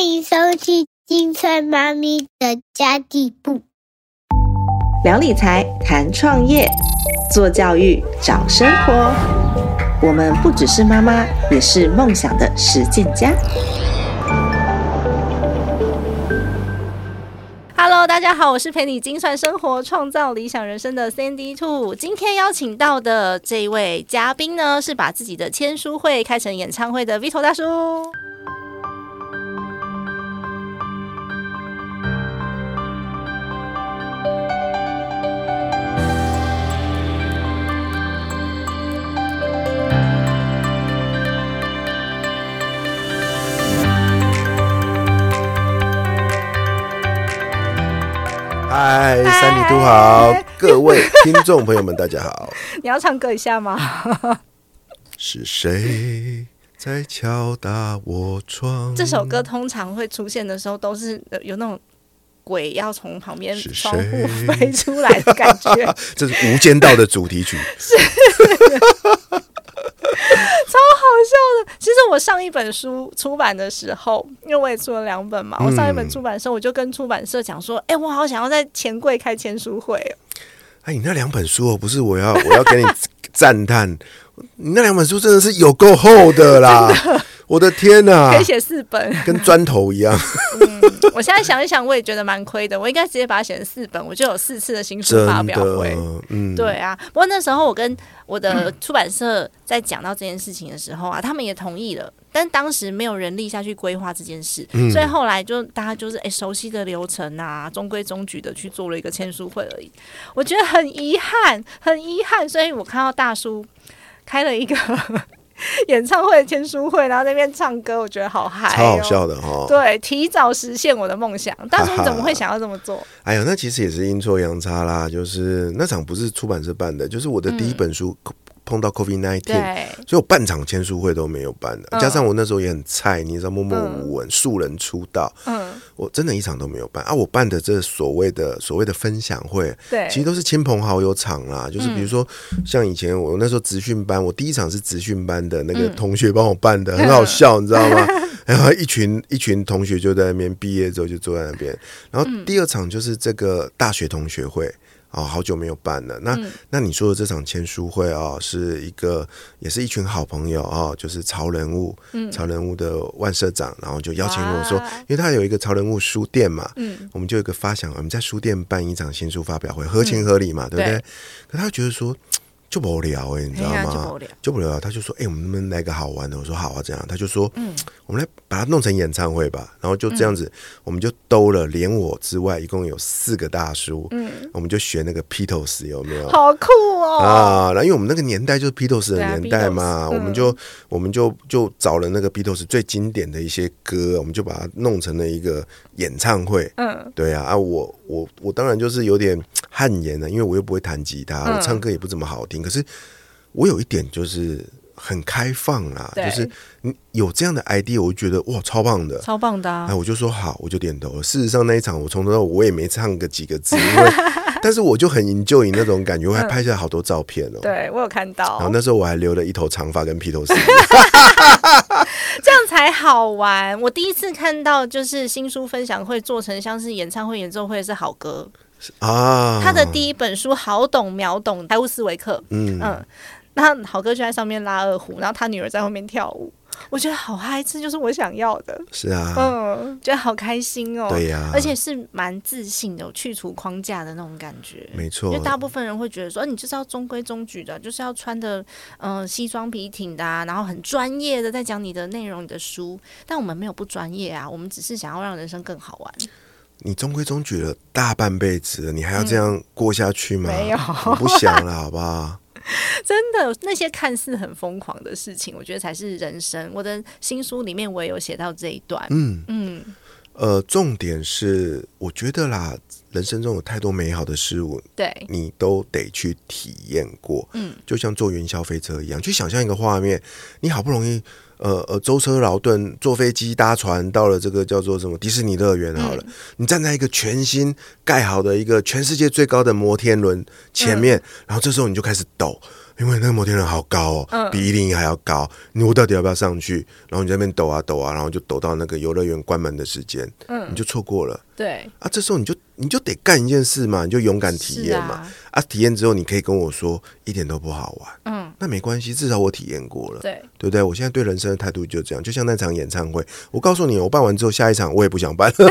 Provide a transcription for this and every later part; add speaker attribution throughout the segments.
Speaker 1: 迎收听金翠妈咪的家地部。
Speaker 2: 聊理财、谈创业、做教育、找生活。我们不只是妈妈，也是梦想的实践家。
Speaker 3: Hello，大家好，我是陪你精算生活、创造理想人生的 Sandy Two。今天邀请到的这一位嘉宾呢，是把自己的签书会开成演唱会的 Vito 大叔。
Speaker 4: 嗨，
Speaker 3: 嗨
Speaker 4: 三里都好，各位听众朋友们，大家好，
Speaker 3: 你要唱歌一下吗？
Speaker 4: 是谁在敲打我窗？
Speaker 3: 这首歌通常会出现的时候，都是呃有那种鬼要从旁边
Speaker 4: 是
Speaker 3: 窗户
Speaker 4: 谁
Speaker 3: 飞出来的感 觉。
Speaker 4: 这是《无间道》的主题曲，
Speaker 3: 其实我上一本书出版的时候，因为我也出了两本
Speaker 4: 嗯
Speaker 3: 嘛，我上一本出版的时候，我就跟出版社讲说，哎、我好想要在钱柜开签书会哦。
Speaker 4: 哎，你那两本书哦，不是 我要，我要给你赞叹，你那两本书真的是有够厚的啦！我的天呐、
Speaker 3: 可以写四本。
Speaker 4: 跟砖头一 样，
Speaker 3: 我现在想一想，我也觉得蛮亏的。我应该直接把它写成四本，我就有四次的新书
Speaker 4: 真
Speaker 3: 发表会。
Speaker 4: 的，嗯，
Speaker 3: 对啊，不过那时候我跟我 的出版社在讲到这件事情的时候啊，他们也同意了，但当时没有人力下去规划这件事，
Speaker 4: 嗯
Speaker 3: 所以后来就大家就是哎、熟悉的流程啊，中规中矩的去做了一个签书会而已。我觉得很遗憾，很遗憾，所以我看到大叔开了一个 演唱会的签书会，然后在那边唱歌，我觉得好嗨、哦，
Speaker 4: 超好笑的哈。
Speaker 3: 对，提早实现我的梦想。当初你怎么会想要这么做？
Speaker 4: 哎呦，那其实也是阴错阳差啦，就是那场不是出版社办的，就是我的第一本书碰到 COVID nineteen，
Speaker 3: 嗯对，
Speaker 4: 所以我半场签书会都没有办的，
Speaker 3: 嗯
Speaker 4: 加上我那时候也很菜，你知道默默无闻、素人出道，
Speaker 3: 嗯，
Speaker 4: 我真的一场都没有办啊！我办的这所谓的所谓的分享会，
Speaker 3: 对，嗯
Speaker 4: 其实都是亲朋好友场啦，就是比如说、像以前我那时候职训班，我第一场是职训班的那个
Speaker 3: 嗯
Speaker 4: 同学帮我 办的，很好笑，你知道吗？ 然后一群一群同学就在那边毕业之后就坐在那
Speaker 3: 嗯
Speaker 4: 边，然后第二场就是这个大学同学会。哦，好久没有办了。
Speaker 3: 嗯
Speaker 4: 那、那你说的这场签书会哦，是一个也是一群好朋友哦，就是潮人物，潮人物的万社长，然后就邀请我说
Speaker 3: 嗯哇，
Speaker 4: 因为他有一个潮人物书店嘛，
Speaker 3: 嗯
Speaker 4: 我们就有一个发想，我们在书店办一场新书发表会，合情合理嘛，对不对？
Speaker 3: 嗯对
Speaker 4: 可他觉得说就无聊哎、你知道
Speaker 3: 哎呀就
Speaker 4: 吗
Speaker 3: 无聊？
Speaker 4: 就无聊，他就说：“哎、我们能不能来个好玩的？”我说：“好啊，这样。”他就说：“嗯，我们来把它弄成演唱会吧。”然后就这样子，
Speaker 3: 嗯
Speaker 4: 我们就兜了，连我之外，一共有四个大叔，嗯，我们就学那个披头士有没有？
Speaker 3: 好酷哦！
Speaker 4: 啊，然后因为我们那个年代就是披头士的
Speaker 3: 对啊
Speaker 4: 年代
Speaker 3: ，Beatles，
Speaker 4: 嘛，
Speaker 3: 嗯
Speaker 4: 我们就我们就就找了那个披头士最经典的一些歌，我们就把它弄成了一个演唱会，
Speaker 3: 嗯，
Speaker 4: 对啊，啊，我我我当然就是有点汗颜了，因为我又不会弹吉他，
Speaker 3: 嗯
Speaker 4: 我唱歌也不怎么好听。可是我有一点就是很开放啦，
Speaker 3: 对
Speaker 4: 就是你有这样的 idea，我就觉得哇，超棒的。
Speaker 3: 超棒的啊
Speaker 4: 哎，！我就说好，我就点头了。事实上那一场我从头到尾我也没唱个几个字，因 为但是我就很 enjoy 那种感觉，我还拍下来好多照片哦。
Speaker 3: 嗯对我有看到
Speaker 4: 然后，那时候我还留了一头长发跟 披头士，
Speaker 3: 这样才好玩。我第一次看到就是新书分享会做成像是演唱会、演奏会是好歌。
Speaker 4: 啊，
Speaker 3: 他的第一本书《好懂秒懂财务思维课》，
Speaker 4: 嗯
Speaker 3: 嗯，那好哥就在上面拉二胡，然后他女儿在后面跳舞，我觉得好嗨，这就是我想要的。
Speaker 4: 是啊，
Speaker 3: 嗯，觉得好开心哦。
Speaker 4: 对呀
Speaker 3: 而且是蛮自信的，有去除框架的那种感觉。
Speaker 4: 没
Speaker 3: 因
Speaker 4: 错
Speaker 3: 为，大部分人会觉得说，啊你就是要中规中矩的，就是要穿的嗯、呃西装笔挺的、啊，然后很专业的在讲你的内容、你的书。但我们没有不专业啊，我们只是想要让人生更好玩。
Speaker 4: 你中规中矩了大半辈子了，你还要这样过下去吗？
Speaker 3: 没有
Speaker 4: 我不想了，好 不好？
Speaker 3: 真的，那些看似很疯狂的事情，我觉得才是人生。我的新书里面我也有写到这一段。
Speaker 4: 嗯，
Speaker 3: 嗯，
Speaker 4: 呃，重点是，我觉得啦，人生中有太多美好的事物，
Speaker 3: 对，
Speaker 4: 你都得去体验过。
Speaker 3: 嗯，
Speaker 4: 就像坐云霄飞车一样，去想象一个画面，你好不容易。呃呃，舟车劳顿，坐飞机搭船到了这个叫做什么迪士尼乐园好了。你站在一个全新嗯盖好的一个全世界最高的摩天轮前面，然后这时候你就开始抖，因为那个摩天轮好高哦，比一零一还要高，你我到底要不要上去？然后你在那边抖啊抖啊，然后就抖到那个游乐园关门的时间，嗯，你就错过了
Speaker 3: 对，
Speaker 4: 啊。这时候你就你就得干一件事嘛，你就勇敢体验嘛。
Speaker 3: 是
Speaker 4: 啊，体验之后你可以跟我说一点都不好玩，
Speaker 3: 嗯，
Speaker 4: 那没关系，至少我体验过了。
Speaker 3: 对，
Speaker 4: 对不对？我现在对人生的态度就这样，就像那场演唱会，我告诉你，我办完之后，下一场我也不想 办，
Speaker 3: 反正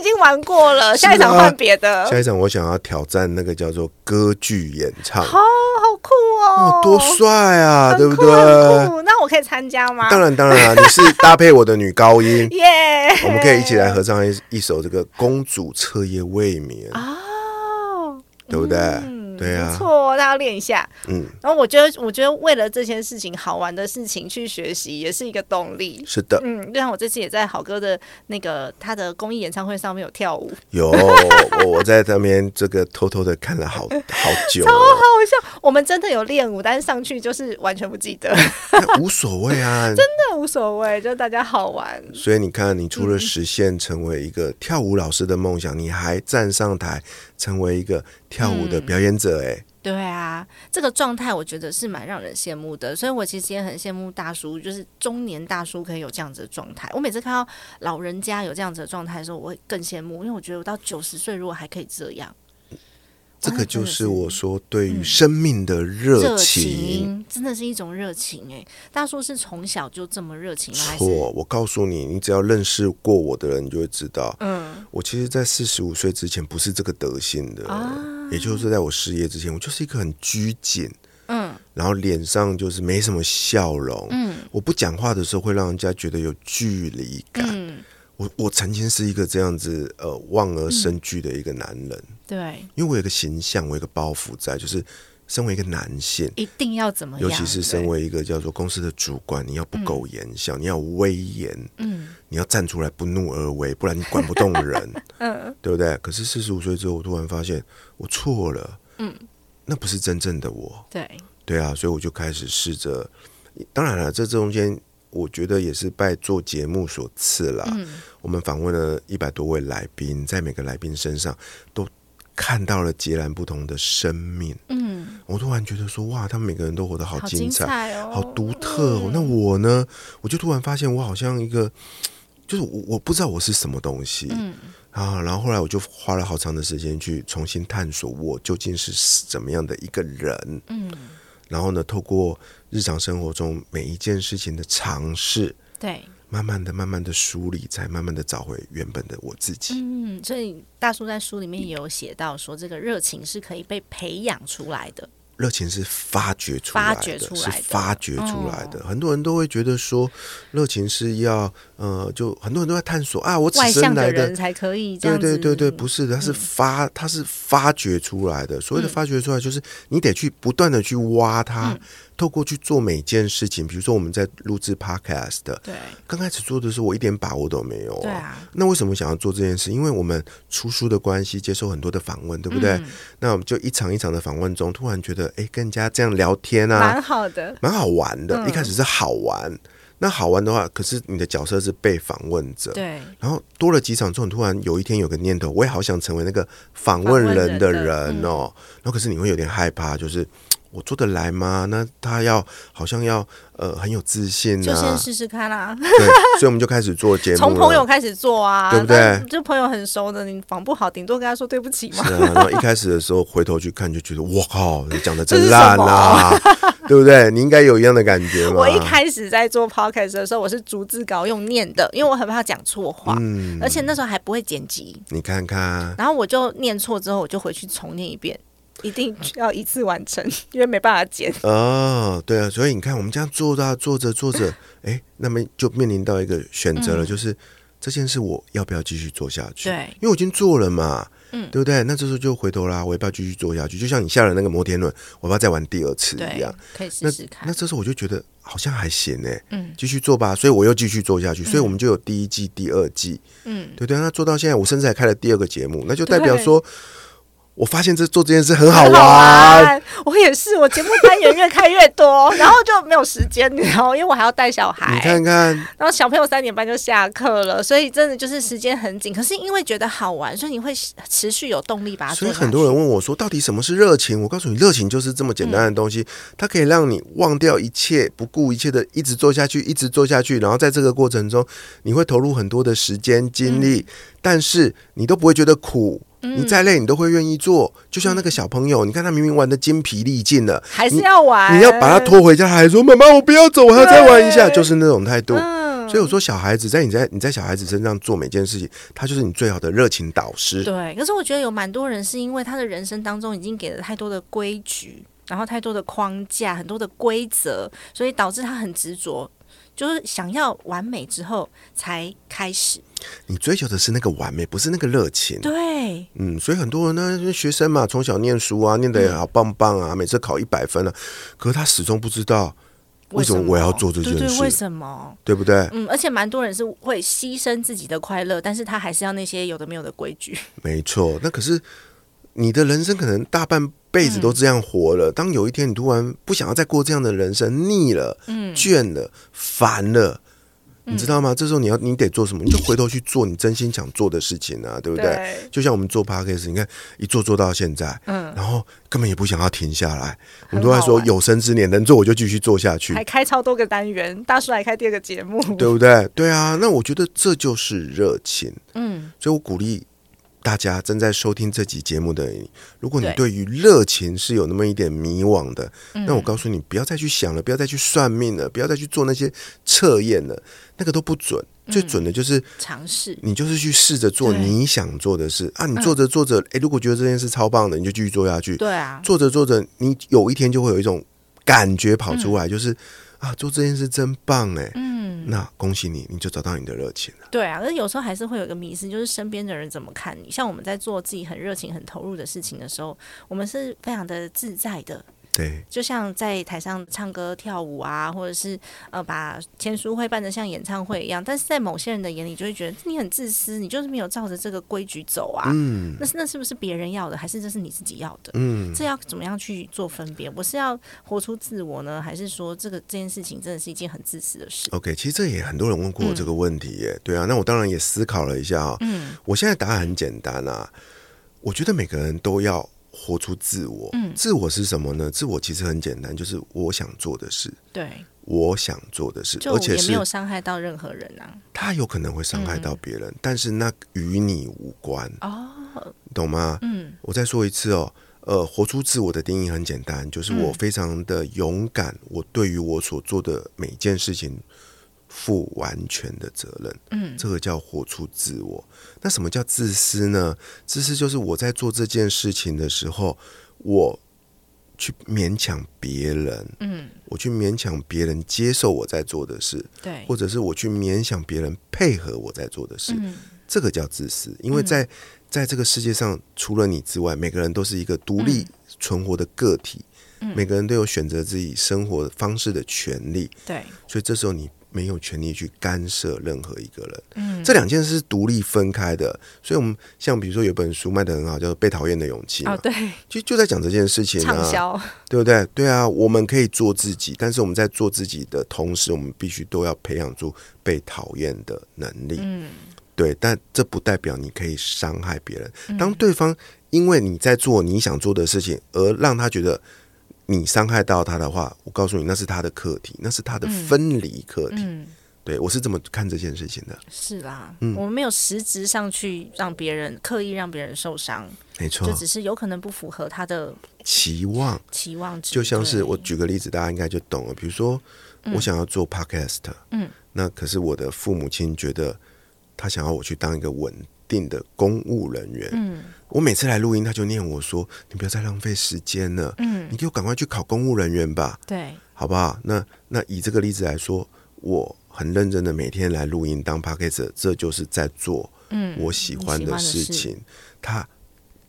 Speaker 3: 已经玩过了，
Speaker 4: 是啊
Speaker 3: 下一场换别的，
Speaker 4: 下一场我想要挑战那个叫做歌剧演唱，
Speaker 3: 好好酷哦
Speaker 4: 哦，，多帅啊，
Speaker 3: 很
Speaker 4: 对不
Speaker 3: 酷
Speaker 4: 对？
Speaker 3: 很酷，那我可以参加吗？，
Speaker 4: 当然，当然啊，你是搭配我的女高音
Speaker 3: 耶，
Speaker 4: 我们可以一起来合唱一一首这个《公主彻夜未眠》，
Speaker 3: 哦，
Speaker 4: 对不对？
Speaker 3: 啊嗯
Speaker 4: 对
Speaker 3: 不
Speaker 4: 啊，
Speaker 3: 错哦，那要练一下。
Speaker 4: 嗯，
Speaker 3: 然后我觉得，我觉得为了这些事情好玩的事情去学习，也是一个动力。
Speaker 4: 是的，
Speaker 3: 嗯，就像我这次也在好哥的那个他的公益演唱会上面有跳舞，
Speaker 4: 有我我在那边这个偷偷的看了好好久哦，
Speaker 3: 好好笑。我们真的有练舞，但是上去就是完全不记得，
Speaker 4: 但无所谓啊，真的。
Speaker 3: 那无所谓，就大家好玩。
Speaker 4: 所以你看，你
Speaker 3: 嗯
Speaker 4: 除了实现成为一个跳舞老师的梦想，你还站上台成为一个跳舞的表演者，哎，
Speaker 3: 对啊，这个状态我觉得是蛮让人羡慕的，所以我其实也很羡慕大叔，就是中年大叔可以有这样子的状态。我每次看到老人家有这样子的状态的时候，我会更羡慕，因为我觉得我到九十岁如果还可以这样，哦
Speaker 4: 这个就是
Speaker 3: 哇
Speaker 4: 我说对于生命的热
Speaker 3: 热
Speaker 4: 情。
Speaker 3: 情真的是一种热情哎、大叔是从小就这么热情吗？还是
Speaker 4: 错，我告诉你，你只要认识过我的人，你就会知道，
Speaker 3: 嗯
Speaker 4: 我其实，在四十五岁之前不是这个德性的，
Speaker 3: 啊
Speaker 4: 也就是在我失业之前，我就是一个很拘谨，
Speaker 3: 嗯
Speaker 4: 然后脸上就是没什么笑容。
Speaker 3: 嗯
Speaker 4: 我不讲话的时候，会让人家觉得有距离感。
Speaker 3: 嗯，
Speaker 4: 我我曾经是一个这样子呃望而生惧的一个男人，
Speaker 3: 对，
Speaker 4: 因为我有一个形象，我有一个包袱在，就是身为一个男性，
Speaker 3: 一定要怎么样？
Speaker 4: 尤其是身为一个叫做公司的主管，你要不苟言笑，你要有威严，
Speaker 3: 对嗯
Speaker 4: 你要站出来不怒而为，不然你管不动 人，对不对？可是四十五岁之后，我突然发现我错了，
Speaker 3: 嗯，
Speaker 4: 那不是真正的我，
Speaker 3: 对
Speaker 4: 对啊，所以我就开始试着，当然了，这中间我觉得也是拜做节目所赐啦。
Speaker 3: 嗯
Speaker 4: 我们访问了一百多位来宾，在每个来宾身上都看到了截然不同的生命。
Speaker 3: 嗯，
Speaker 4: 我突然觉得说，哇，他们每个人都活得好
Speaker 3: 好
Speaker 4: 精
Speaker 3: 精
Speaker 4: 彩，
Speaker 3: 彩哦，
Speaker 4: 好独特哦。那我呢？我就突然发现，我好像一个，就是我我不知道我是什么东西。
Speaker 3: 嗯
Speaker 4: 啊，然后后来我就花了好长的时间去重新探索我究竟是怎么样的一个人，
Speaker 3: 嗯
Speaker 4: 然后呢，透过日常生活中每一件事情的尝试，
Speaker 3: 对。
Speaker 4: 慢慢的、慢慢的梳理，才慢慢的找回原本的我自己。
Speaker 3: 嗯，所以大叔在书里面也有写到说，这个热情是可以被培养出来的。
Speaker 4: 热情是发掘出来的，
Speaker 3: 发掘出来的哦
Speaker 4: 是发掘出来的。很多人都会觉得说，热情是要呃，就很多人都在探索啊，我此
Speaker 3: 外
Speaker 4: 生
Speaker 3: 向
Speaker 4: 来
Speaker 3: 的
Speaker 4: 的
Speaker 3: 人才可以这
Speaker 4: 对
Speaker 3: 样
Speaker 4: 对
Speaker 3: 子。嗯
Speaker 4: 对对，不是的，它是发，它是发掘出来的。所谓的发掘出来，就是你得去不断的去挖它，
Speaker 3: 嗯
Speaker 4: 透过去做每件事情。比如说我们在录制 podcast 的，
Speaker 3: 对
Speaker 4: 刚开始做的时候，我一点把握都没有、
Speaker 3: 对。啊，
Speaker 4: 那为什么想要做这件事？因为我们出书的关系，接受很多的访问，对不对？
Speaker 3: 嗯
Speaker 4: 那我们就一场一场的访问中，突然觉得，哎，跟人家这样聊天啊，
Speaker 3: 蛮好嗯的。
Speaker 4: 蛮好玩的。一开始是好玩，那好玩的话，可是你的角色是被访问者，
Speaker 3: 对，
Speaker 4: 然后多了几场之后，你突然有一天有个念头，我也好想成为那个访问人的人
Speaker 3: 访问人的
Speaker 4: 哦。然后可是你会有点害怕，就是嘖我做得来吗？那他要好像要呃很有自信
Speaker 3: 就先
Speaker 4: 啊，
Speaker 3: 试试看啦、
Speaker 4: 对，所以我们就开始做节 目了。
Speaker 3: 从朋友开始做啊，
Speaker 4: 对不对
Speaker 3: 那就朋友很熟的，你仿不好，顶多跟他说对不起嘛。
Speaker 4: 是啊，然后一开始的时候回头去看，就觉得我靠，你讲的
Speaker 3: 这
Speaker 4: 真
Speaker 3: 是
Speaker 4: 烂
Speaker 3: 什么
Speaker 4: 啊， 对不对？你应该有一样的感觉嘛。
Speaker 3: 我一开始在做 podcast 的时候，我是逐字稿用念的，因为我很怕讲错话，
Speaker 4: 嗯，
Speaker 3: 而且那时候还不会剪辑，
Speaker 4: 你看看，
Speaker 3: 然后我就念错之后，我就回去重念一遍，一定要一次完成，因为没办法剪。
Speaker 4: 哦，对啊，所以你看，我们这样做到做着做着， 哎，那么就面临到一个选择了，就是这件事我要不要继续做下
Speaker 3: 嗯
Speaker 4: 去？，
Speaker 3: 对，
Speaker 4: 因为我已经做了嘛，
Speaker 3: 嗯
Speaker 4: 对不对？那这时候就回头啦，我要不要继续做下去？就像你下了那个摩天轮，我要不要再玩第二次一
Speaker 3: 对
Speaker 4: 样？，
Speaker 3: 可以试
Speaker 4: 那
Speaker 3: 试看
Speaker 4: 那。这时候我就觉得好像还行呢、
Speaker 3: 嗯
Speaker 4: 继续做吧，所以我又继续做下去，所以我们就有第一季、第二季，
Speaker 3: 嗯，
Speaker 4: 对不对？那做到现在，我甚至还开了第二个节目，那就代表说我发现这做这件事很好
Speaker 3: 很
Speaker 4: 玩，
Speaker 3: 好玩。我也是，我节目单元越开越多， 然后就没有时间，你知道，因为我还要带小
Speaker 4: 你
Speaker 3: 孩，
Speaker 4: 看看，
Speaker 3: 然后小朋友三点半就下课了，所以真的就是时间很紧。可是因为觉得好玩，所以你会持续有动力把它
Speaker 4: 所
Speaker 3: 做
Speaker 4: 以
Speaker 3: 下去。
Speaker 4: 很多人问我说，到底什么是热情？我告诉你，热情就是这么简单的东西，它可以让你忘掉一切，不顾一切的一直做下去，一直做下去。然后在这个过程中，你会投入很多的时间精力，但是你都不会觉得苦。你再累，你都会愿意做。就像那个小朋友，你看他明明玩的精疲力尽了，
Speaker 3: 还是要玩，
Speaker 4: 你要把他拖回家，他还说：“妈妈，我不要走，我还要再玩一下。”就是那种态度。
Speaker 3: 嗯，
Speaker 4: 所以我说，小孩子在你在你在小孩子身上做每件事情，他就是你最好的热情导师。
Speaker 3: 对，可是我觉得有蛮多人是因为他的人生当中已经给了太多的规矩，然后太多的框架，很多的规则，所以导致他很执着，就是想要完美之后才开始。
Speaker 4: 你追求的是那个完美，不是那个热情。
Speaker 3: 对，
Speaker 4: 嗯，所以很多人呢，学生嘛，从小念书啊，念得也好棒棒啊，每次考一百分啊，可是他始终不知道为什么我要做这件
Speaker 3: 对对，为
Speaker 4: 事，
Speaker 3: 什么？
Speaker 4: 对不对？
Speaker 3: 嗯，而且蛮多人是会牺牲自己的快乐，但是他还是要那些有的没有的规矩。
Speaker 4: 没错，那可是你的人生可能大半辈子都这样活了。当有一天你突然不想要再过这样的人生，腻了、倦了、烦了，你知道吗？这时候你要你得做什么？你就回头去做你真心想做的事情 啊，对不对？
Speaker 3: 对
Speaker 4: 就像我们做 podcast，你看一做做到现在，
Speaker 3: 嗯
Speaker 4: 然后根本也不想要停下来，我
Speaker 3: 很
Speaker 4: 们都在
Speaker 3: 好
Speaker 4: 说
Speaker 3: 玩
Speaker 4: 有生之年能做我就继续做下去，
Speaker 3: 还开超多个单元，大叔还开第二个节目。
Speaker 4: 对不对？对啊，那我觉得这就是热情。
Speaker 3: 嗯，
Speaker 4: 所以我鼓励大家正在收听这集节目的你，如果你
Speaker 3: 对
Speaker 4: 对于热情是有那么一点迷惘的，
Speaker 3: 嗯
Speaker 4: 那我告诉你，不要再去想了，不要再去算命了，不要再去做那些测验了，那个都不准。最准的就是
Speaker 3: 尝试。
Speaker 4: 你就是去试着做
Speaker 3: 嗯对嗯
Speaker 4: 你想做的事啊，你做着做着，诶，如果觉得这件事超棒的，你就继续做下去。
Speaker 3: 对啊，
Speaker 4: 做着做着，你有一天就会有一种感觉跑出来，就是啊，做这件事真棒诶。
Speaker 3: 嗯，
Speaker 4: 那恭喜你，你就找到你的热情了。
Speaker 3: 对啊，可是有时候还是会有一个迷失，就是身边的人怎么看你。像我们在做自己很热情、很投入的事情的时候，我们是非常的自在的，
Speaker 4: 对，
Speaker 3: 就像在台上唱歌、跳舞啊，或者是呃把签书会办得像演唱会一样。但是在某些人的眼里，就会觉得你很自私，你就是没有照着这个规矩走啊。
Speaker 4: 嗯。
Speaker 3: 那是那是不是别人要的，还是这是你自己要的？
Speaker 4: 嗯，
Speaker 3: 这要怎么样去做分别？我是要活出自我呢，还是说这个这件事情真的是一件很自私的事？
Speaker 4: OK，其实这也很多人问过我这个问题耶，对啊，那我当然也思考了一下啊、
Speaker 3: 嗯
Speaker 4: 我现在答案很简单啊，我觉得每个人都要活出自我。
Speaker 3: 嗯
Speaker 4: 自我是什么呢？自我其实很简单，就是我想做的事，
Speaker 3: 对，
Speaker 4: 我想做的事，
Speaker 3: 就
Speaker 4: 而且
Speaker 3: 也没
Speaker 4: 是
Speaker 3: 有嗯伤害到任何人啊。
Speaker 4: 它有可能会伤害到别人，但是那与你无关，
Speaker 3: 哦，
Speaker 4: 懂吗？
Speaker 3: 嗯
Speaker 4: 我再说一次哦。呃，活出自我的定义很简单，就是我
Speaker 3: 嗯
Speaker 4: 非常的勇敢，我对于我所做的每件事情负完全的责任。
Speaker 3: 嗯，
Speaker 4: 这个叫活出自我。那什么叫自私呢？自私就是我在做这件事情的时候，我去勉强别人，
Speaker 3: 嗯，
Speaker 4: 我去勉强别人接受我在做的事，
Speaker 3: 对，
Speaker 4: 或者是我去勉强别人配合我在做的事，
Speaker 3: 嗯
Speaker 4: 这个叫自私。因为在、在这个世界上，除了你之外，每个人都是一个独
Speaker 3: 嗯
Speaker 4: 立存活的个体，每个人都有选择自己生活方式的权利。
Speaker 3: 对，
Speaker 4: 所以这时候你没有权利去干涉任何一个人。
Speaker 3: 嗯
Speaker 4: 这两件事是独立分开的。所以，我们像比如说有本书卖的很好，叫做《被讨厌的勇气》嘛，
Speaker 3: 哦，对，
Speaker 4: 其实就在讲这件事情
Speaker 3: 畅
Speaker 4: 啊，
Speaker 3: 销，
Speaker 4: 对不对？对啊，我们可以做自己，但是我们在做自己的同时，我们必须都要培养出被讨厌的能力。
Speaker 3: 嗯，
Speaker 4: 对，但这不代表你可以伤害别人。
Speaker 3: 嗯
Speaker 4: 当对方因为你在做你想做的事情，而让他觉得你伤害到他的话，我告诉你，那是他的课题，那是他的分离课题。
Speaker 3: 嗯，
Speaker 4: 对我是这么看这件事情的，
Speaker 3: 是啦，
Speaker 4: 嗯
Speaker 3: 我们没有实质上去让别人刻意让别人受伤，
Speaker 4: 没
Speaker 3: 就
Speaker 4: 错。
Speaker 3: 只是有可能不符合他的
Speaker 4: 期望
Speaker 3: 期望值，
Speaker 4: 就像是
Speaker 3: 对
Speaker 4: 我，举个例子，大家应该就懂了。比如说，我想要做 podcast，
Speaker 3: 嗯，
Speaker 4: 那可是我的父母亲觉得他想要我去当一个稳定的公务人员，
Speaker 3: 嗯
Speaker 4: 我每次来录音，他就念我说：“你不要再浪费时间了，
Speaker 3: 嗯，
Speaker 4: 你给我赶快去考公务人员吧，
Speaker 3: 对，
Speaker 4: 好不好？”那那以这个例子来说，我很认真的每天来录音当 p a c k a g e 这就是在做
Speaker 3: 嗯，
Speaker 4: 我喜欢的事
Speaker 3: 你喜
Speaker 4: 情。他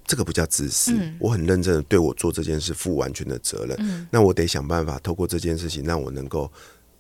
Speaker 4: 这个不叫自私，
Speaker 3: 嗯
Speaker 4: 我很认真的对我做这件事负完全的责任。
Speaker 3: 嗯
Speaker 4: 那我得想办法透过这件事情让我能够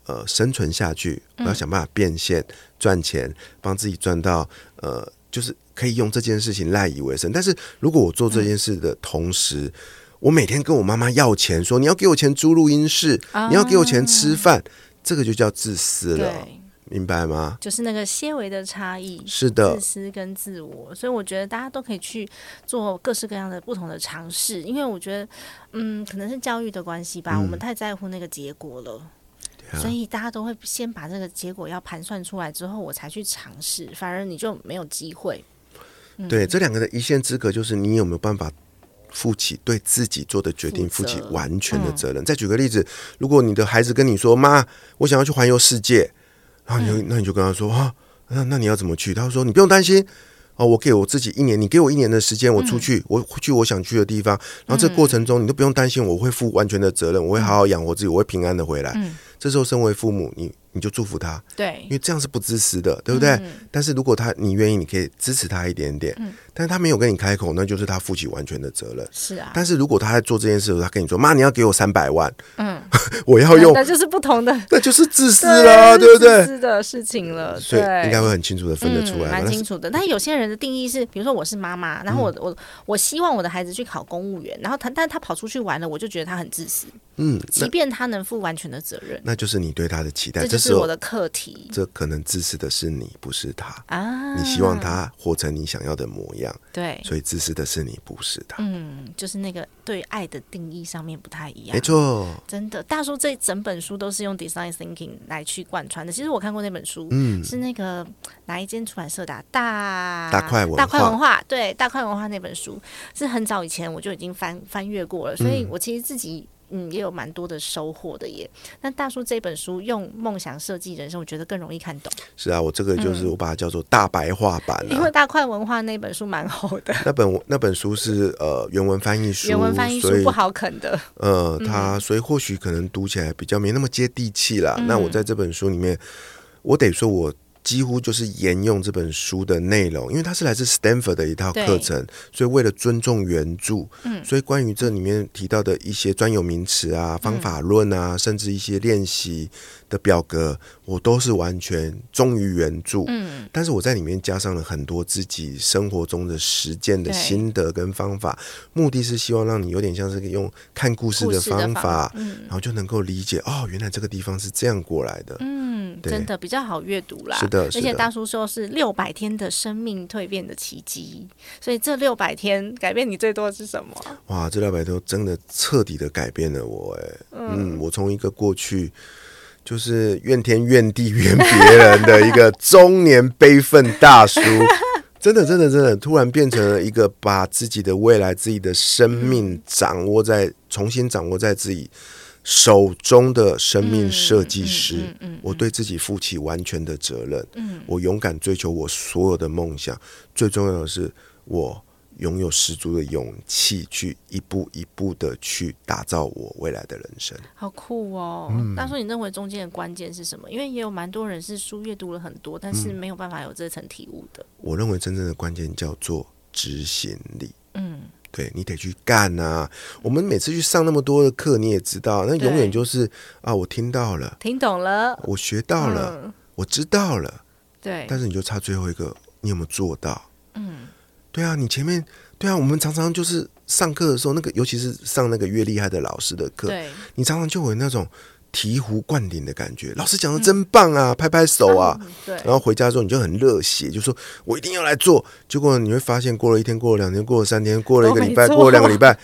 Speaker 4: 呃生
Speaker 3: 嗯
Speaker 4: 存下去，我要想办法变现、赚钱，帮自己赚到呃就是可以用这件事情赖以为生。但是如果我做这件事的同时，
Speaker 3: 嗯
Speaker 4: 我每天跟我妈妈要钱，说你要给我钱租录音室，
Speaker 3: 啊
Speaker 4: 你要给我钱吃饭，这个就叫自私了，
Speaker 3: 对，
Speaker 4: 明白吗？
Speaker 3: 就是那个些微的差异。
Speaker 4: 是的
Speaker 3: 自，私跟自我，所以我觉得大家都可以去做各式各样的不同的尝试，因为我觉得，嗯，可能是教育的关系吧，我们太在乎那个结果了，
Speaker 4: 嗯啊
Speaker 3: 所以大家都会先把这个结果要盘算出来之后，我才去尝试，反而你就没有机会。
Speaker 4: 对，这两个的一线之隔就是你有没有办法负起对自己做的决定
Speaker 3: 负
Speaker 4: 负
Speaker 3: 责
Speaker 4: 起完全的责任。再举个例子，如果你的孩子跟你说：“妈，我想要去环游世界。”然后你就、那你就跟他说：“啊，那那你要怎么去？”他说：“你不用担心。”哦，我给我自己一年，你给我一年的时间，我出去，我去我想去的地方。然后这个过程中，你都不用担心，我会负完全的责任，我会好好养活自己，我会平安的回来。这时候，身为父母，你你就祝福他，
Speaker 3: 对
Speaker 4: 因，为这样是不自私的，对不对？
Speaker 3: 嗯
Speaker 4: 但是如果他你愿意，你可以支持他一点点，但是他没有跟你开口，那就是他负起完全的责任。
Speaker 3: 是啊，
Speaker 4: 但是如果他在做这件事的时候，他跟你说：“妈，你要给我三百万，
Speaker 3: 嗯，
Speaker 4: 我要用
Speaker 3: 那，就是不同的，
Speaker 4: 那就是自私啦，对不
Speaker 3: 自
Speaker 4: 对
Speaker 3: 私的事情了，？”
Speaker 4: 所以
Speaker 3: 对
Speaker 4: 应该会很清楚的分得出
Speaker 3: 嗯，
Speaker 4: 来嘛。
Speaker 3: 蛮
Speaker 4: 但
Speaker 3: 清
Speaker 4: 是嗯
Speaker 3: 楚的。但有些人的定义是，比如说我是妈妈，然后我、我我希望我的孩子去考公务员，然后他但他跑出去玩了，我就觉得他很自私，
Speaker 4: 嗯，
Speaker 3: 即
Speaker 4: 那
Speaker 3: 便他能负完全的责任，
Speaker 4: 那就是你对他的期待。
Speaker 3: 这就
Speaker 4: 这
Speaker 3: 是
Speaker 4: 时
Speaker 3: 我
Speaker 4: 候，
Speaker 3: 的课题
Speaker 4: 这可能自私的是你，不是他。
Speaker 3: 啊。
Speaker 4: 你希望他活成你想要的模样，
Speaker 3: 对，
Speaker 4: 所以自私的是你，不是他。
Speaker 3: 哎嗯，就是那个对爱的定义上面不太一样，
Speaker 4: 没错，
Speaker 3: 真的，大叔这整本书都是用 design thinking 来去贯穿的。其实我看过那本书，嗯，是那个哪一间出版社的啊、大
Speaker 4: 大块文化
Speaker 3: 大块文化，对，大块文化那本书是很早以前我就已经翻翻阅过了，所以我其实自己。嗯，也有蛮多的收获的耶。那大叔这本书用梦想设计人生，我觉得更容易看懂，
Speaker 4: 是啊，我这个就是
Speaker 3: 嗯
Speaker 4: 我把它叫做大白话版啊，
Speaker 3: 因为大块文化那本书蛮厚的，
Speaker 4: 那本那本书是呃原文翻译书，
Speaker 3: 原文翻译
Speaker 4: 所
Speaker 3: 书
Speaker 4: 以
Speaker 3: 不好嗯啃的。
Speaker 4: 呃，它所以或许可能读起来比较没那么接地气啦。
Speaker 3: 嗯
Speaker 4: 那我在这本书里面，我得说我。几乎就是沿用这本书的内容，因为它是来自 Stanford 的一套
Speaker 3: 对
Speaker 4: 课程，所以为了尊重原著，嗯、所以关于这里面提到的一些专有名词
Speaker 3: 嗯
Speaker 4: 啊、方法论啊，甚至一些练习的表格，我都是完全忠于原著。嗯，但是我在里面加上了很多自己生活中的实践的
Speaker 3: 对
Speaker 4: 心得跟方法，目的是希望让你有点像是用看故事
Speaker 3: 故
Speaker 4: 的
Speaker 3: 事的
Speaker 4: 方
Speaker 3: 方嗯
Speaker 4: 法，嗯然后就能够理解哦，原来这个地方是这样过来的。
Speaker 3: 嗯，
Speaker 4: 对
Speaker 3: 真的比较好阅读啦。
Speaker 4: 是的是
Speaker 3: 而且
Speaker 4: 的
Speaker 3: 大叔说是六百天的生命蜕变的奇迹，所以这六百天改变你最多的是什么？
Speaker 4: 哇，这两百多真的彻底的改变了我哎、嗯，我从一个过去就是怨天怨地怨别人的一 个中年悲愤大叔，真的真的真的，突然变成了一个把自己的未来、自己的生
Speaker 3: 嗯
Speaker 4: 命掌握在重新掌握在自己手中的生命设计师。
Speaker 3: 嗯嗯嗯嗯
Speaker 4: 我对自己负起完全的责任。嗯，我勇敢追求我所有的梦想，最重要的是我。拥有十足的勇气，去一步一步的去打造我未来的人生。
Speaker 3: 好酷哦！大叔，你认为中间的关键是什么？因为也有蛮多人是书阅读了很多，但是没有办法有这层体悟的。
Speaker 4: 我认为真正的关键叫做执行力。
Speaker 3: 嗯，
Speaker 4: 对你得去干啊！我们每次去上那么多的课，你也知道，那永远
Speaker 3: 对
Speaker 4: 就是啊，我听到了，
Speaker 3: 听懂了，
Speaker 4: 我学到了，
Speaker 3: 嗯，
Speaker 4: 我知道了，
Speaker 3: 对，
Speaker 4: 但是你就差最后一个，你有没有做到？对啊，你前面对啊，我们常常就是上课的时候，那个尤其是上那个越厉害的老师的课，
Speaker 3: 对，
Speaker 4: 你常常就有那种醍醐灌顶的感觉，老师讲的真棒啊，拍拍手啊，
Speaker 3: 嗯，对，
Speaker 4: 然后回家之后你就很热血，就说我一定要来做。结果你会发现，过了一天，过了两天，过了三天，过了一个礼拜，
Speaker 3: 都没做
Speaker 4: 过了两个礼拜，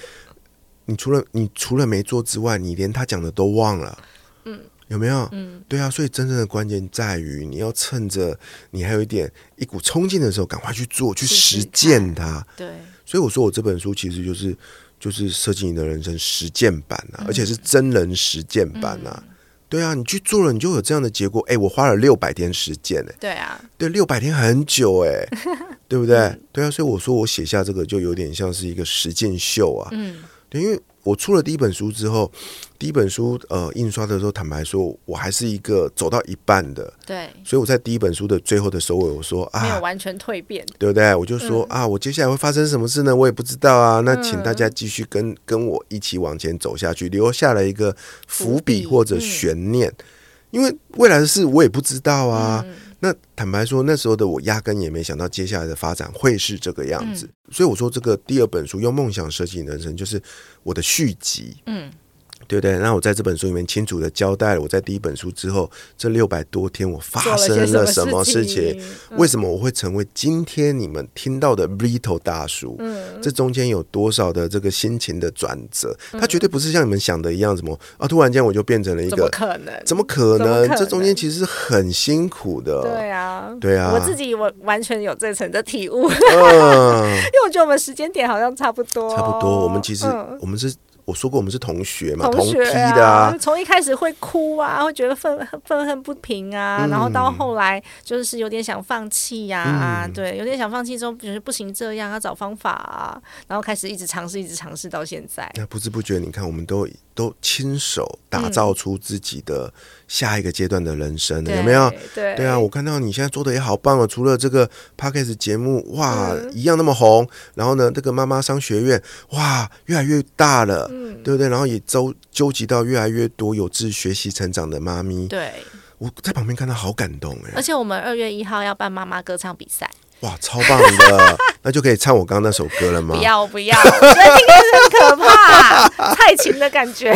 Speaker 4: 你除了你除了没做之外，你连他讲的都忘了。嗯，有没有？
Speaker 3: 嗯，
Speaker 4: 对啊，所以真正的关键在于你要趁着你还有一点一股冲劲的时候，赶快去做，去
Speaker 3: 试试
Speaker 4: 实
Speaker 3: 看
Speaker 4: 践它。
Speaker 3: 对，
Speaker 4: 所以我说，我这本书其实就是就是设计你的人生实践版啊，而
Speaker 3: 嗯
Speaker 4: 且是真人实践版啊。对啊，你去做了，你就有这样的结果。哎，我花了六百天实践、哎。
Speaker 3: 对啊，
Speaker 4: 对，六百天很久哎、 对不对？
Speaker 3: 嗯
Speaker 4: 对啊，所以我说我写下这个就有点像是一个实践秀啊。
Speaker 3: 嗯，
Speaker 4: 对，因为我出了第一本书之后，第一本书呃印刷的时候，坦白说，我还是一个走到一半的，
Speaker 3: 对，
Speaker 4: 所以我在第一本书的最后的收尾，我说
Speaker 3: 没有
Speaker 4: 啊，
Speaker 3: 完全蜕变，
Speaker 4: 对不对？我就说、
Speaker 3: 嗯
Speaker 4: 啊，我接下来会发生什么事呢？我也不知道啊。那请大家继续跟、跟我一起往前走下去，留下了一个伏
Speaker 3: 伏笔
Speaker 4: 笔或者
Speaker 3: 嗯嗯
Speaker 4: 悬念，因为未来的事我也不知道啊。那坦白说，那时候的我压根也没想到接下来的发展会是这个样子。
Speaker 3: 嗯
Speaker 4: 所以我说，这个第二本书《用梦想设计你的人生》就是我的续集，
Speaker 3: 嗯，
Speaker 4: 对不对？那我在这本书里面清楚的交代了，我在第一本书之后这六百多天我发
Speaker 3: 做
Speaker 4: 生
Speaker 3: 了些
Speaker 4: 了
Speaker 3: 什
Speaker 4: 什
Speaker 3: 么
Speaker 4: 么
Speaker 3: 事
Speaker 4: 事
Speaker 3: 情嗯
Speaker 4: 情，为什么我会成为今天你们听到的 Rito 大叔？
Speaker 3: 嗯
Speaker 4: 这中间有多少的这个心情的转折？他绝对不是像你们想的一样，什么啊，突然间我就变成了一
Speaker 3: 怎么
Speaker 4: 个。
Speaker 3: 可能？
Speaker 4: 怎么可
Speaker 3: 怎么
Speaker 4: 能
Speaker 3: 可？
Speaker 4: 这中间
Speaker 3: 能
Speaker 4: 其实是很辛苦的。
Speaker 3: 对啊，
Speaker 4: 对啊
Speaker 3: 我 自己我完全有这层的体悟，因
Speaker 4: 嗯，
Speaker 3: 为我觉得我们时间点好像差不多，
Speaker 4: 差不多。我们其实、
Speaker 3: 嗯
Speaker 4: 我们是我说过我们是同学嘛，
Speaker 3: 同
Speaker 4: 同
Speaker 3: 学
Speaker 4: 批的啊。
Speaker 3: 从一开始会哭啊，会觉得愤愤恨不平啊，
Speaker 4: 嗯
Speaker 3: 然后到后来就是有点想放弃呀、
Speaker 4: 嗯
Speaker 3: 对，有点想放弃之后，觉得不行这样，要找方法啊，然后开始一直尝试，一直尝试到现在。
Speaker 4: 那不知不觉，你看，我们都都亲手
Speaker 3: 嗯
Speaker 4: 打造出自己的下一个阶段的人生了，
Speaker 3: 对
Speaker 4: 有没有？？
Speaker 3: 对，
Speaker 4: 对啊，我看到你现在做的也好棒哦！除了这个 podcast 节目，哇，
Speaker 3: 嗯
Speaker 4: 一样那么红。然后呢，这个妈妈商学院，哇，越来越大了，
Speaker 3: 嗯
Speaker 4: 对不对？然后也周纠集到越来越多有志学习成长的妈咪。
Speaker 3: 对，
Speaker 4: 我在旁边看到好感动哎
Speaker 3: 而，且我们二月一号要办妈妈歌唱比赛，
Speaker 4: 哇，超棒 的！那就可以唱我刚刚那首歌了吗
Speaker 3: 不？要不要，我觉得这个是很可怕， 蔡琴的感觉，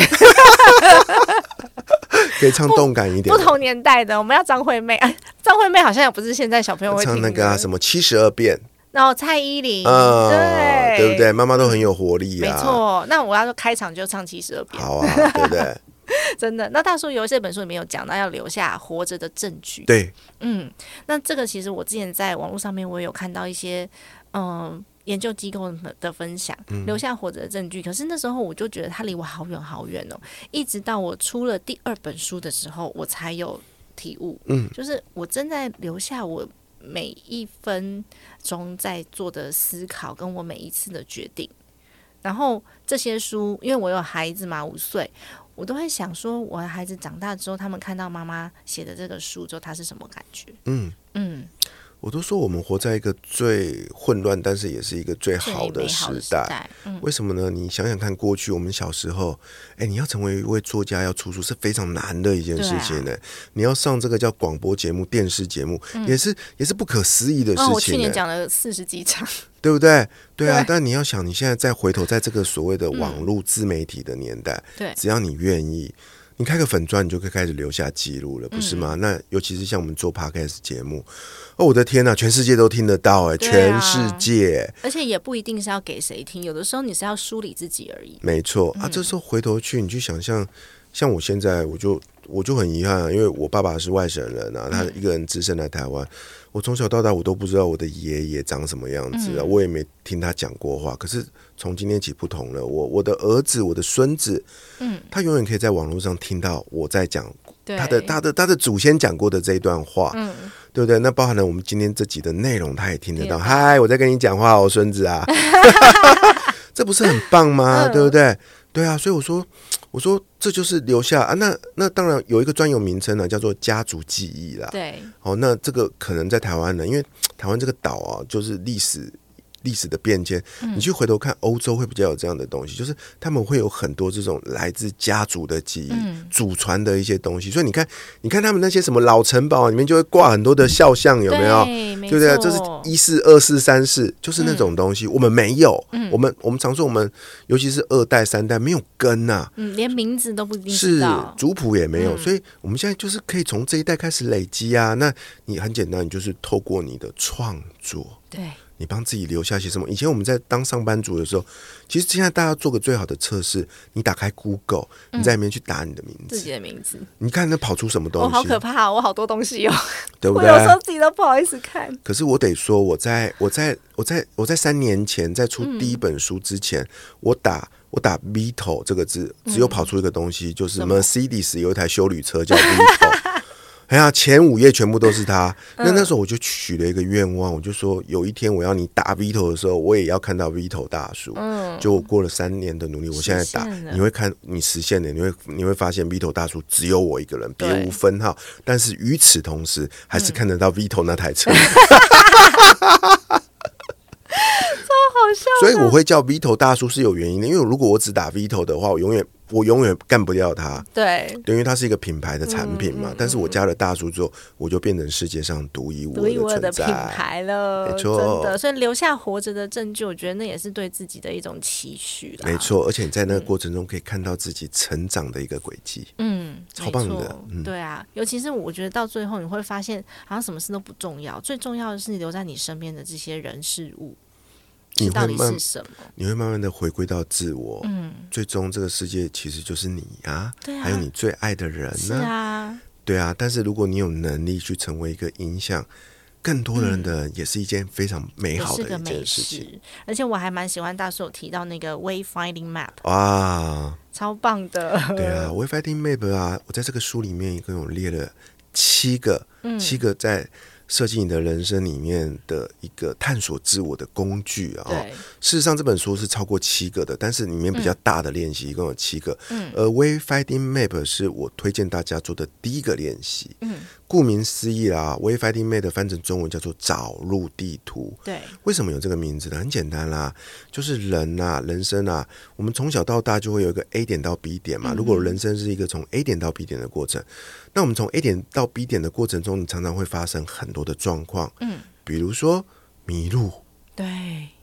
Speaker 4: 可以唱动感一点
Speaker 3: 不
Speaker 4: 的，
Speaker 3: 同年代的，我们要张惠妹，哎，张惠妹好像也不是现在小朋友会听
Speaker 4: 唱那
Speaker 3: 的
Speaker 4: 个啊什么七十二变
Speaker 3: 然后蔡依林，嗯
Speaker 4: 啊，
Speaker 3: 对，
Speaker 4: 对不对？？妈妈都很有活力
Speaker 3: 没
Speaker 4: 啊，
Speaker 3: 错，那我要说开场就唱七十二遍，
Speaker 4: 好啊，对 不对？
Speaker 3: 真的。那大叔游这本书里面有讲到要留下活着的证据，
Speaker 4: 对，
Speaker 3: 嗯，那这个其实我之前在网络上面我也有看到一些，嗯、研究机构的分享，留下活着的证据。可是那时候我就觉得它离我好远好远哦，一直到我出了第二本书的时候，我才有体悟，
Speaker 4: 嗯，
Speaker 3: 就是我正在留下我每一分钟在做的思考，跟我每一次的决定。然后这些书，因为我有孩子嘛，五岁，我都会想说，我的孩子长大之后，他们看到妈妈写的这个书之后，他是什么感觉？
Speaker 4: 嗯。
Speaker 3: 嗯，
Speaker 4: 我都说我们活在一个最混乱，但是也是一个最
Speaker 3: 最
Speaker 4: 好
Speaker 3: 美
Speaker 4: 的
Speaker 3: 好
Speaker 4: 时
Speaker 3: 的
Speaker 4: 代。
Speaker 3: 代，嗯，
Speaker 4: 为什么呢？你想想看，过去我们小时候，哎、你要成为一位作家，要出书是非常难的一件事情
Speaker 3: 啊
Speaker 4: 呢、你要上这个叫广播节目、电视节目，也是也是不可思议的事
Speaker 3: 嗯哦，我去
Speaker 4: 情、
Speaker 3: 年
Speaker 4: 呢，
Speaker 3: 讲了四十几 场，
Speaker 4: 对不对？对啊。
Speaker 3: 对嗯
Speaker 4: 但你要想，你现在再回头，在这个所谓的网络自媒体的年代，
Speaker 3: 对
Speaker 4: 只要你愿意。你开个粉砖，你就可以开始留下记录了，不是
Speaker 3: 嗯
Speaker 4: 吗？那尤其是像我们做 podcast 节目，哦，我的天呐、全世界都听得到哎、
Speaker 3: 对啊
Speaker 4: 全世界。
Speaker 3: 而且也不一定是要给谁听，有的时候你是要梳理自己而已。
Speaker 4: 没错啊，这时
Speaker 3: 嗯
Speaker 4: 候回头去，你去想象，像我现在，我就我就很遗憾啊，因为我爸爸是外省人啊，
Speaker 3: 嗯
Speaker 4: 他一个人只身来台湾，我从小到大我都不知道我的爷爷长什么样子啊，
Speaker 3: 嗯
Speaker 4: 我也没听他讲过话。可是从今天起不同了，我我的儿子，我的孙子，
Speaker 3: 嗯，
Speaker 4: 他永远可以在网络上听到我在讲
Speaker 3: 对，
Speaker 4: 他的他的他的祖先讲过的这一段话，
Speaker 3: 嗯
Speaker 4: 对不对？那包含了我们今天这集的内容，他也听得
Speaker 3: 听得
Speaker 4: 到。
Speaker 3: 到
Speaker 4: 嗨，我在跟你讲话哦，孙子 啊，这不是很棒吗？
Speaker 3: 嗯
Speaker 4: 对不对？对啊，所以我说，我说这就是留下啊。那那当然有一个专有名称呢、啊叫做家族记忆啦。
Speaker 3: 对，
Speaker 4: 哦，那这个可能在台湾呢，因为台湾这个岛啊，就是历史历史的变迁，
Speaker 3: 嗯
Speaker 4: 你去回头看欧洲会比较有这样的东西，就是他们会有很多这种来自家族的记忆、
Speaker 3: 嗯
Speaker 4: 祖传的一些东西。所以你看，你看他们那些什么老城堡啊里面就会挂很多的肖像，有没有？
Speaker 3: 对，没
Speaker 4: 对不对？
Speaker 3: 错嗯
Speaker 4: 这是一四、二四、三四，就是那种东西，我们没有。我们我们常说我们，尤其是二代、三代没有啊根呐、
Speaker 3: 嗯，连名字都不一定知
Speaker 4: 是
Speaker 3: 道，嗯
Speaker 4: 族谱也没有，所以我们现在就是可以从这一代开始累积啊。那你很简单，你就是透过你的创作，
Speaker 3: 对，
Speaker 4: 你帮自己留下些什么。以前我们在当上班族的时候，其实现在大家做个最好的测试，你打开 Google，你在里面去打你的名
Speaker 3: 自
Speaker 4: 字，
Speaker 3: 己的名字，
Speaker 4: 你看能跑出什么东
Speaker 3: 我、
Speaker 4: 西，
Speaker 3: 好可嗯怕、哦，我好多东西哦，
Speaker 4: 对不
Speaker 3: 我
Speaker 4: 对
Speaker 3: 有？时候自己都不好意思看。
Speaker 4: 可是我得说，我在我在我在我在三年前在出
Speaker 3: 嗯
Speaker 4: 第一本书之前，我打我打 Vito 这个字，只有跑出一个东西，就是
Speaker 3: 嗯什么
Speaker 4: Mercedes 有一台修旅车 叫 Vito。哎呀，前五页全部都是他。
Speaker 3: 嗯
Speaker 4: 那那时候我就许了一个愿望，我就说有一天我要你打 Vito 的时候，我也要看到 Vito 大叔。
Speaker 3: 嗯，
Speaker 4: 就我过了三年的努力，我现在打
Speaker 3: 实现，了
Speaker 4: 你会看你实现的，你会你会发现 Vito 大叔只有我一个人，别
Speaker 3: 对
Speaker 4: 无分号。但是与此同时，还是看得到 Vito 那台
Speaker 3: 嗯
Speaker 4: 车。
Speaker 3: 好笑。
Speaker 4: 所以我会叫 Vito 大叔是有原因的，因为如果我只打 Vito 的话，我永远我永远干不掉它。
Speaker 3: 对，
Speaker 4: 对因为它是一个品牌的产品
Speaker 3: 嗯
Speaker 4: 嘛，但是我加了大叔之后，我就变成世界上独一无
Speaker 3: 独一无
Speaker 4: 二
Speaker 3: 二的
Speaker 4: 的存
Speaker 3: 品
Speaker 4: 在。
Speaker 3: 牌了，
Speaker 4: 没错
Speaker 3: 真的。所以留下活着的证据，我觉得那也是对自己的一种期许啦。
Speaker 4: 没，错，而且你在那个过程中可以看到自己成长的一个轨迹。
Speaker 3: 嗯，
Speaker 4: 超棒的
Speaker 3: 没错
Speaker 4: 嗯
Speaker 3: 对啊。尤其是我觉得到最后，你会发现好像什么事都不重要，最重要的是你留在你身边的这些人事物，
Speaker 4: 你
Speaker 3: 这到
Speaker 4: 会
Speaker 3: 底
Speaker 4: 慢
Speaker 3: 是，什么？
Speaker 4: 你会慢慢的回归到自我。嗯，最终这个世界其实就是你啊，
Speaker 3: 对啊
Speaker 4: 还有你最爱的人
Speaker 3: 是
Speaker 4: 呢、
Speaker 3: 啊，
Speaker 4: 对啊。但是如果你有能力去成为一个影响更多的人的人，也是一件非常美
Speaker 3: 嗯也
Speaker 4: 好
Speaker 3: 是
Speaker 4: 的
Speaker 3: 个
Speaker 4: 一
Speaker 3: 美
Speaker 4: 件事情。
Speaker 3: 食。而且我还蛮喜欢大叔有提到那个 wayfinding map，
Speaker 4: 哇，
Speaker 3: 超棒的。
Speaker 4: 对啊，We Fighting Map 啊，我在这个书里面一共有列了七个，
Speaker 3: 嗯
Speaker 4: 七个在设计你的人生里面的一个探索自我的工具啊、
Speaker 3: 对，
Speaker 4: 事实上，这本书是超过七个的，但是里面比较大的练习一共有七个。嗯，而 Wayfinding Map 是我推荐大家做的第一个练习。嗯，顾名思义啦，Wayfinding Map 翻成中文叫做找路地图。
Speaker 3: 对，
Speaker 4: 为什么有这个名字呢？很简单啦，就是人呐、人生啊，我们从小到大就会有一个 A 点到 B 点嘛。如果人生是一个从 A 点到 B 点的过程，那我们从 A 点到 B 点的过程中，你常常会发生很多的状况，嗯，比如说迷路，
Speaker 3: 对，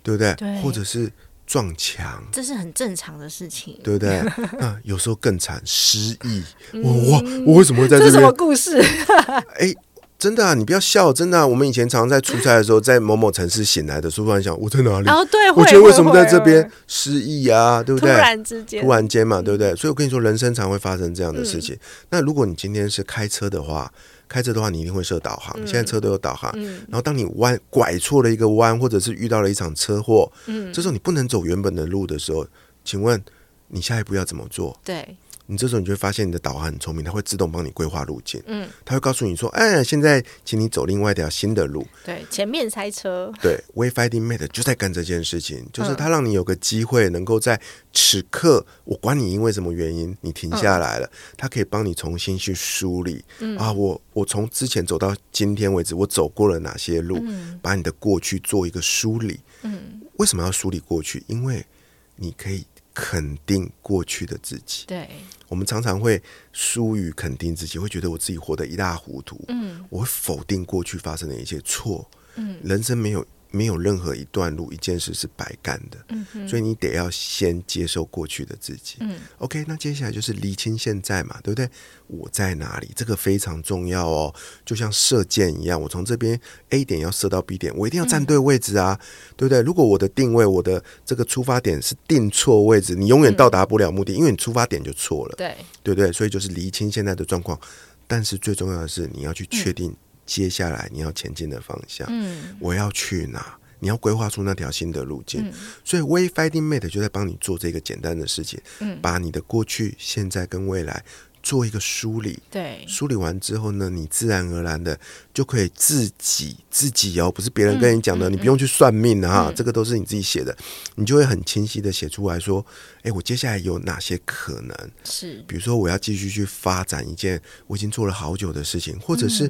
Speaker 4: 对不对？
Speaker 3: 对
Speaker 4: 或者是撞墙。
Speaker 3: 这是很正常的事情。
Speaker 4: 对不 对？那有时候更惨，失忆。我哇，我为什么会
Speaker 3: 嗯这
Speaker 4: 在这
Speaker 3: 是什么
Speaker 4: 边？
Speaker 3: 故事？
Speaker 4: 哎，真的啊，你不要笑，真的啊。我们以前常常在出差的时候，在某某城市醒来的时候，突然想我在哪里？
Speaker 3: 哦，对，
Speaker 4: 我
Speaker 3: 会
Speaker 4: 觉得为
Speaker 3: 会
Speaker 4: 什么在这
Speaker 3: 会
Speaker 4: 边失忆啊？对不
Speaker 3: 突
Speaker 4: 对？
Speaker 3: 然之间，嗯
Speaker 4: 突然间嘛，对不对？所以我跟你说，人生常会发生这样的事情。那如果你今天是开车的话，开车的话，你一定会设导航。
Speaker 3: 嗯
Speaker 4: 现在车都有导航。然后当你弯拐错了一个弯，或者是遇到了一场车祸，这时候你不能走原本的路的时候，请问你下一步要怎么做？
Speaker 3: 对，
Speaker 4: 你这时候你就会发现你的导航很聪明，它会自动帮你规划路径。
Speaker 3: 嗯，
Speaker 4: 它会告诉你说：“哎，现在请你走另外一条新的路。”
Speaker 3: 对，前面塞车，
Speaker 4: 对 w a y f i n d i n Mate 就在干这件事情，就是它让你有个机会能够在此刻，我管你因为什么原因，你停下来了，它可以帮你重新去梳理、啊，我我从之前走到今天为止，我走过了哪些路，把你的过去做一个梳理。嗯，为什么要梳理过去？因为你可以肯定过去的自己。
Speaker 3: 对，
Speaker 4: 我们常常会疏于肯定自己，会觉得我自己活得一塌糊涂。嗯，我会否定过去发生的一切错。嗯，人生没有没有任何一段路一件事是白干的。嗯，所以你得要先接受过去的自己。嗯，OK，那接下来就是厘清现在嘛，对不对？我在哪里？这个非常重要哦，就像射箭一样，我从这边 A 点要射到 B 点，我一定要站对位置啊，对不对？如果我的定位，我的这个出发点是定错位置，你永远到达不了目的，因为你出发点就错了。
Speaker 3: 对，
Speaker 4: 对不对？所以就是厘清现在的状况，但是最重要的是你要去确定接下来你要前进的方向。嗯，我要去哪？你要规划出那条新的路径。所以 Way Finding Mate 就在帮你做这个简单的事情，把你的过去、现在跟未来做一个梳理。
Speaker 3: 对，
Speaker 4: 梳理完之后呢，你自然而然的就可以自己自己哦，不是别人跟你讲的，你不用去算命的哈，这个都是你自己写的，你就会很清晰的写出来说，诶，我接下来有哪些可能？
Speaker 3: 是，
Speaker 4: 比如说我要继续去发展一件我已经做了好久的事情，或者是、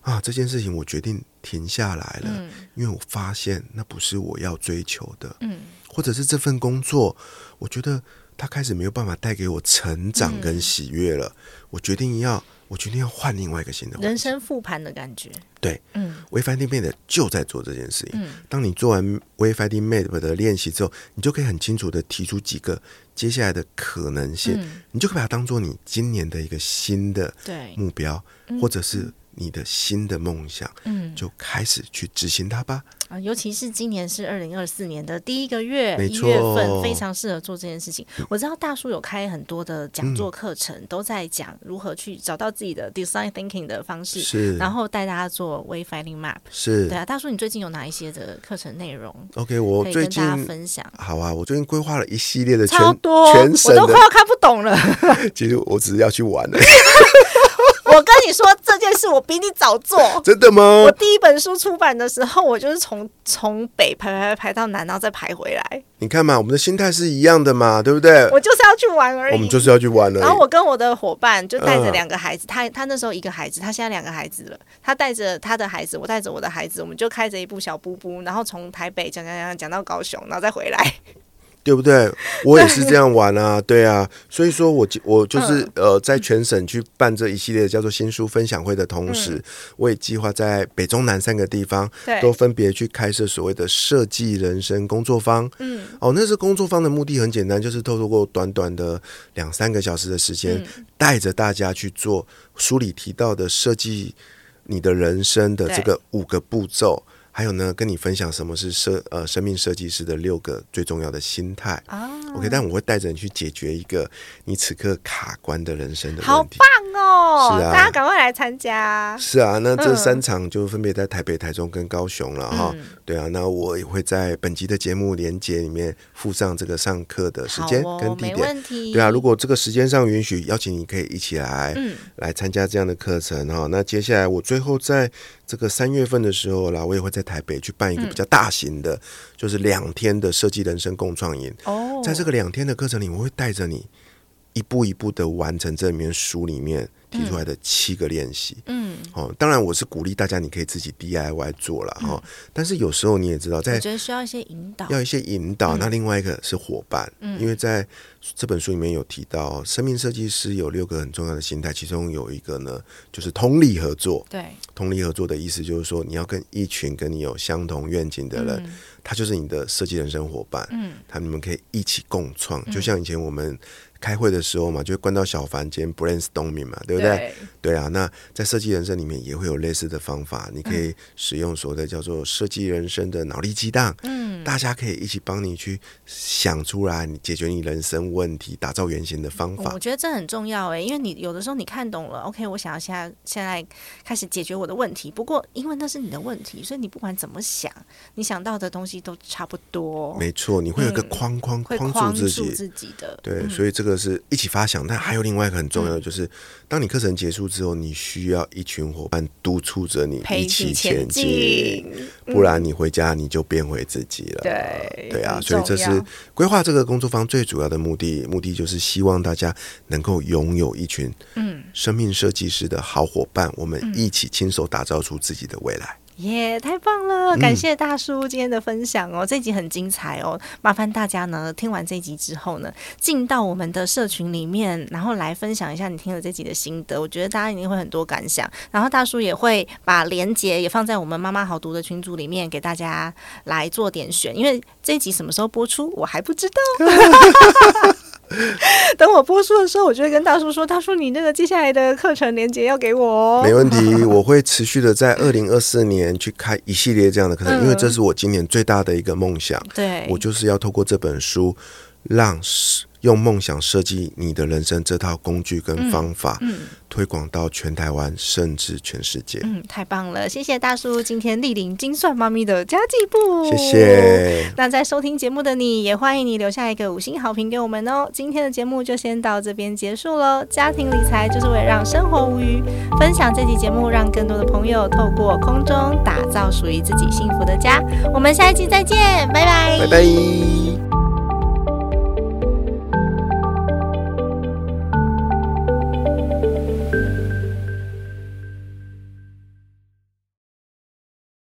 Speaker 4: 啊这件事情我决定停下来了，
Speaker 3: 嗯
Speaker 4: 因为我发现那不是我要追求的，嗯，或者是这份工作，我觉得它开始没有办法带给我成长跟喜悦了，我决定要我决定要换另外一个新的环
Speaker 3: 人
Speaker 4: 境
Speaker 3: 生复盘的感觉，
Speaker 4: 对，
Speaker 3: 嗯，
Speaker 4: 微 f i n d i n Mate 就在做这件事情。当你做完微 f i n d i n Mate 的练习之后，你就可以很清楚的提出几个接下来的可能性，你就可以把它当做你今年的一个新的
Speaker 3: 嗯对嗯
Speaker 4: 目标，或者是你的新的梦想，嗯，就开始去执行它吧。
Speaker 3: 啊，尤其是今年是二零二四年的第一个月，
Speaker 4: 没
Speaker 3: 一月份
Speaker 4: 错嗯
Speaker 3: 非常适合做这件事情。我知道大叔有开很多的讲座课程，都在讲如何去找到自己的 design thinking 的方式，
Speaker 4: 是
Speaker 3: 然后带大家做 way finding map。
Speaker 4: 是
Speaker 3: 对啊，大叔，你最近有哪一些的课程内容
Speaker 4: OK，我
Speaker 3: 可以
Speaker 4: 最
Speaker 3: 跟
Speaker 4: 近
Speaker 3: 大家分享？
Speaker 4: 好啊，我最近规划了一系列的全
Speaker 3: 超多，
Speaker 4: 全省
Speaker 3: 我都
Speaker 4: 的
Speaker 3: 快，要看不懂了。
Speaker 4: 其实我只是要去玩而已
Speaker 3: 我跟你说这件事，我比你早做。
Speaker 4: 真的吗
Speaker 3: 我？第一本书出版的时候，我就是从从北排排排排到南，然后再排回来，
Speaker 4: 你看嘛，我们的心态是一样的嘛，对不对？
Speaker 3: 我就是要去玩而已。
Speaker 4: 我们就是要去玩而已。
Speaker 3: 然后我跟我的伙伴就带着
Speaker 4: 嗯
Speaker 3: 两个孩子，他他那时候一个孩子，他现在两个孩子了，他带着他的孩子，我带着我的孩子，我们就开着一部小布布，然后从台北讲讲讲讲到高雄，然后再回来。
Speaker 4: 对不对？我也是这样玩啊，对啊，所以说我我就是、呃，在全省去办这一系列叫做新书分享会的同时，我也计划在北中南三个地方
Speaker 3: 对
Speaker 4: 都分别去开设所谓的设计人生工作坊。嗯，哦，那是工作坊的目的很简单，就是透过短短的两三个小时的时间，
Speaker 3: 嗯
Speaker 4: 带着大家去做书里提到的设计你的人生的这个五个步骤。还有呢，跟你分享什么是设呃生命设计师的六个最重要的心态。
Speaker 3: 啊，
Speaker 4: OK，但我会带着你去解决一个你此刻卡关的人生的
Speaker 3: 好
Speaker 4: 问题。
Speaker 3: 棒哦！
Speaker 4: 是啊
Speaker 3: 大家赶快来参加。
Speaker 4: 是啊，那
Speaker 3: 嗯
Speaker 4: 这三场就分别在台北、台中跟高雄了哈。对啊，那我也会在本集的节目连接里面附上这个上课的时间
Speaker 3: 好哦
Speaker 4: 跟地
Speaker 3: 没
Speaker 4: 点。
Speaker 3: 问题。
Speaker 4: 对啊，如果这个时间上允许，邀请你可以一起来、
Speaker 3: 嗯
Speaker 4: 来参加这样的课程哈。那接下来我最后在这个三月份的时候啦，我也会在台北去办一个比较大型
Speaker 3: 嗯
Speaker 4: 的，就是两天的设计人生共创营。
Speaker 3: 哦，
Speaker 4: 在这个两天的课程里，我会带着你一步一步的完成这里面书里面提出来的七个练习。
Speaker 3: 嗯，
Speaker 4: 哦，当然我是鼓励大家，你可以自己 DIY 做了哈、哦但是有时候你也知道，
Speaker 3: 嗯我
Speaker 4: 在
Speaker 3: 觉得嗯需要一些引导。
Speaker 4: 要一些引导。那另外一个是伙伴，因为在这本书里面有提到，生命设计师有六个很重要的心态，其中有一个呢就是通力合作。
Speaker 3: 对，
Speaker 4: 同理合作的意思就是说，你要跟一群跟你有相同愿景的
Speaker 3: 嗯
Speaker 4: 人，他就是你的设计人生伙伴。嗯，他们可以一起共创，
Speaker 3: 嗯
Speaker 4: 就像以前我们开会的时候嘛，就会关到小房间 brainstorming 嘛，对不对？
Speaker 3: 对
Speaker 4: 对啊，那在设计人生里面也会有类似的方法，你可以
Speaker 3: 嗯
Speaker 4: 使用所谓的叫做设计人生的脑力激荡，嗯，大家可以一起帮你去想出来你解决你人生问题、打造原型的方
Speaker 3: 哦
Speaker 4: 法
Speaker 3: 我。觉得这很重要哎，因为你有的时候你看懂了，OK，我想要现在现在开始解决我的问题。不过因为那是你的问题，所以你不管怎么想，你想到的东西都差不多，
Speaker 4: 没错，你会有一个
Speaker 3: 嗯
Speaker 4: 框框
Speaker 3: 会
Speaker 4: 框
Speaker 3: 框
Speaker 4: 住
Speaker 3: 住
Speaker 4: 自己，
Speaker 3: 自己嗯的。
Speaker 4: 对，所以这个是一起发想，但还有另外一个很重要
Speaker 3: 嗯
Speaker 4: 的，就是、当你课程结束之后，你需要一群伙伴督促着你
Speaker 3: 陪
Speaker 4: 一
Speaker 3: 你
Speaker 4: 起前
Speaker 3: 前
Speaker 4: 进，
Speaker 3: 进
Speaker 4: 不然你回家你就变回自己了。
Speaker 3: 对
Speaker 4: 啊，
Speaker 3: 很
Speaker 4: 所以这
Speaker 3: 重
Speaker 4: 是
Speaker 3: 要
Speaker 4: 规划这个工作坊最主要的目的，目的就是希望大家能够拥有一群
Speaker 3: 嗯，
Speaker 4: 生命设计师的好伙伴，我们一起亲手打造出自己的未来。
Speaker 3: 耶太棒了！感谢大叔今天的分享哦，这集很精彩哦。麻烦大家呢，听完这集之后呢，进到我们的社群里面，然后来分享一下你听了这集的心得。我觉得大家一定会很多感想。然后大叔也会把连结也放在我们妈妈好读的群组里面，给大家来做点选。因为这一集什么时候播出，我还不知道。等我播出的时候，我就会跟大叔说：“大叔，你那个接下来的课程连接要给我哦。”
Speaker 4: 没问题，我会持续的在二零二四年去开一系列这样的课程，因为这是我今年最大的一个梦想。
Speaker 3: 嗯对，
Speaker 4: 我就是要透过这本书，让是用梦想设计你的人生这套工具
Speaker 3: 嗯
Speaker 4: 跟方法，推广到全台湾甚至全世界。
Speaker 3: 嗯，太棒了，谢谢大叔今天莅临金算妈咪的家计部，
Speaker 4: 谢。谢，
Speaker 3: 那在收听节目的你，也欢迎你留下一个五星好评给我们哦。今天的节目就先到这边结束喽。家庭理财就是为了让生活无虞，分享这期节目，让更多的朋友透过空中打造属于自己幸福的家。我们下一期再见，拜拜
Speaker 4: 拜拜。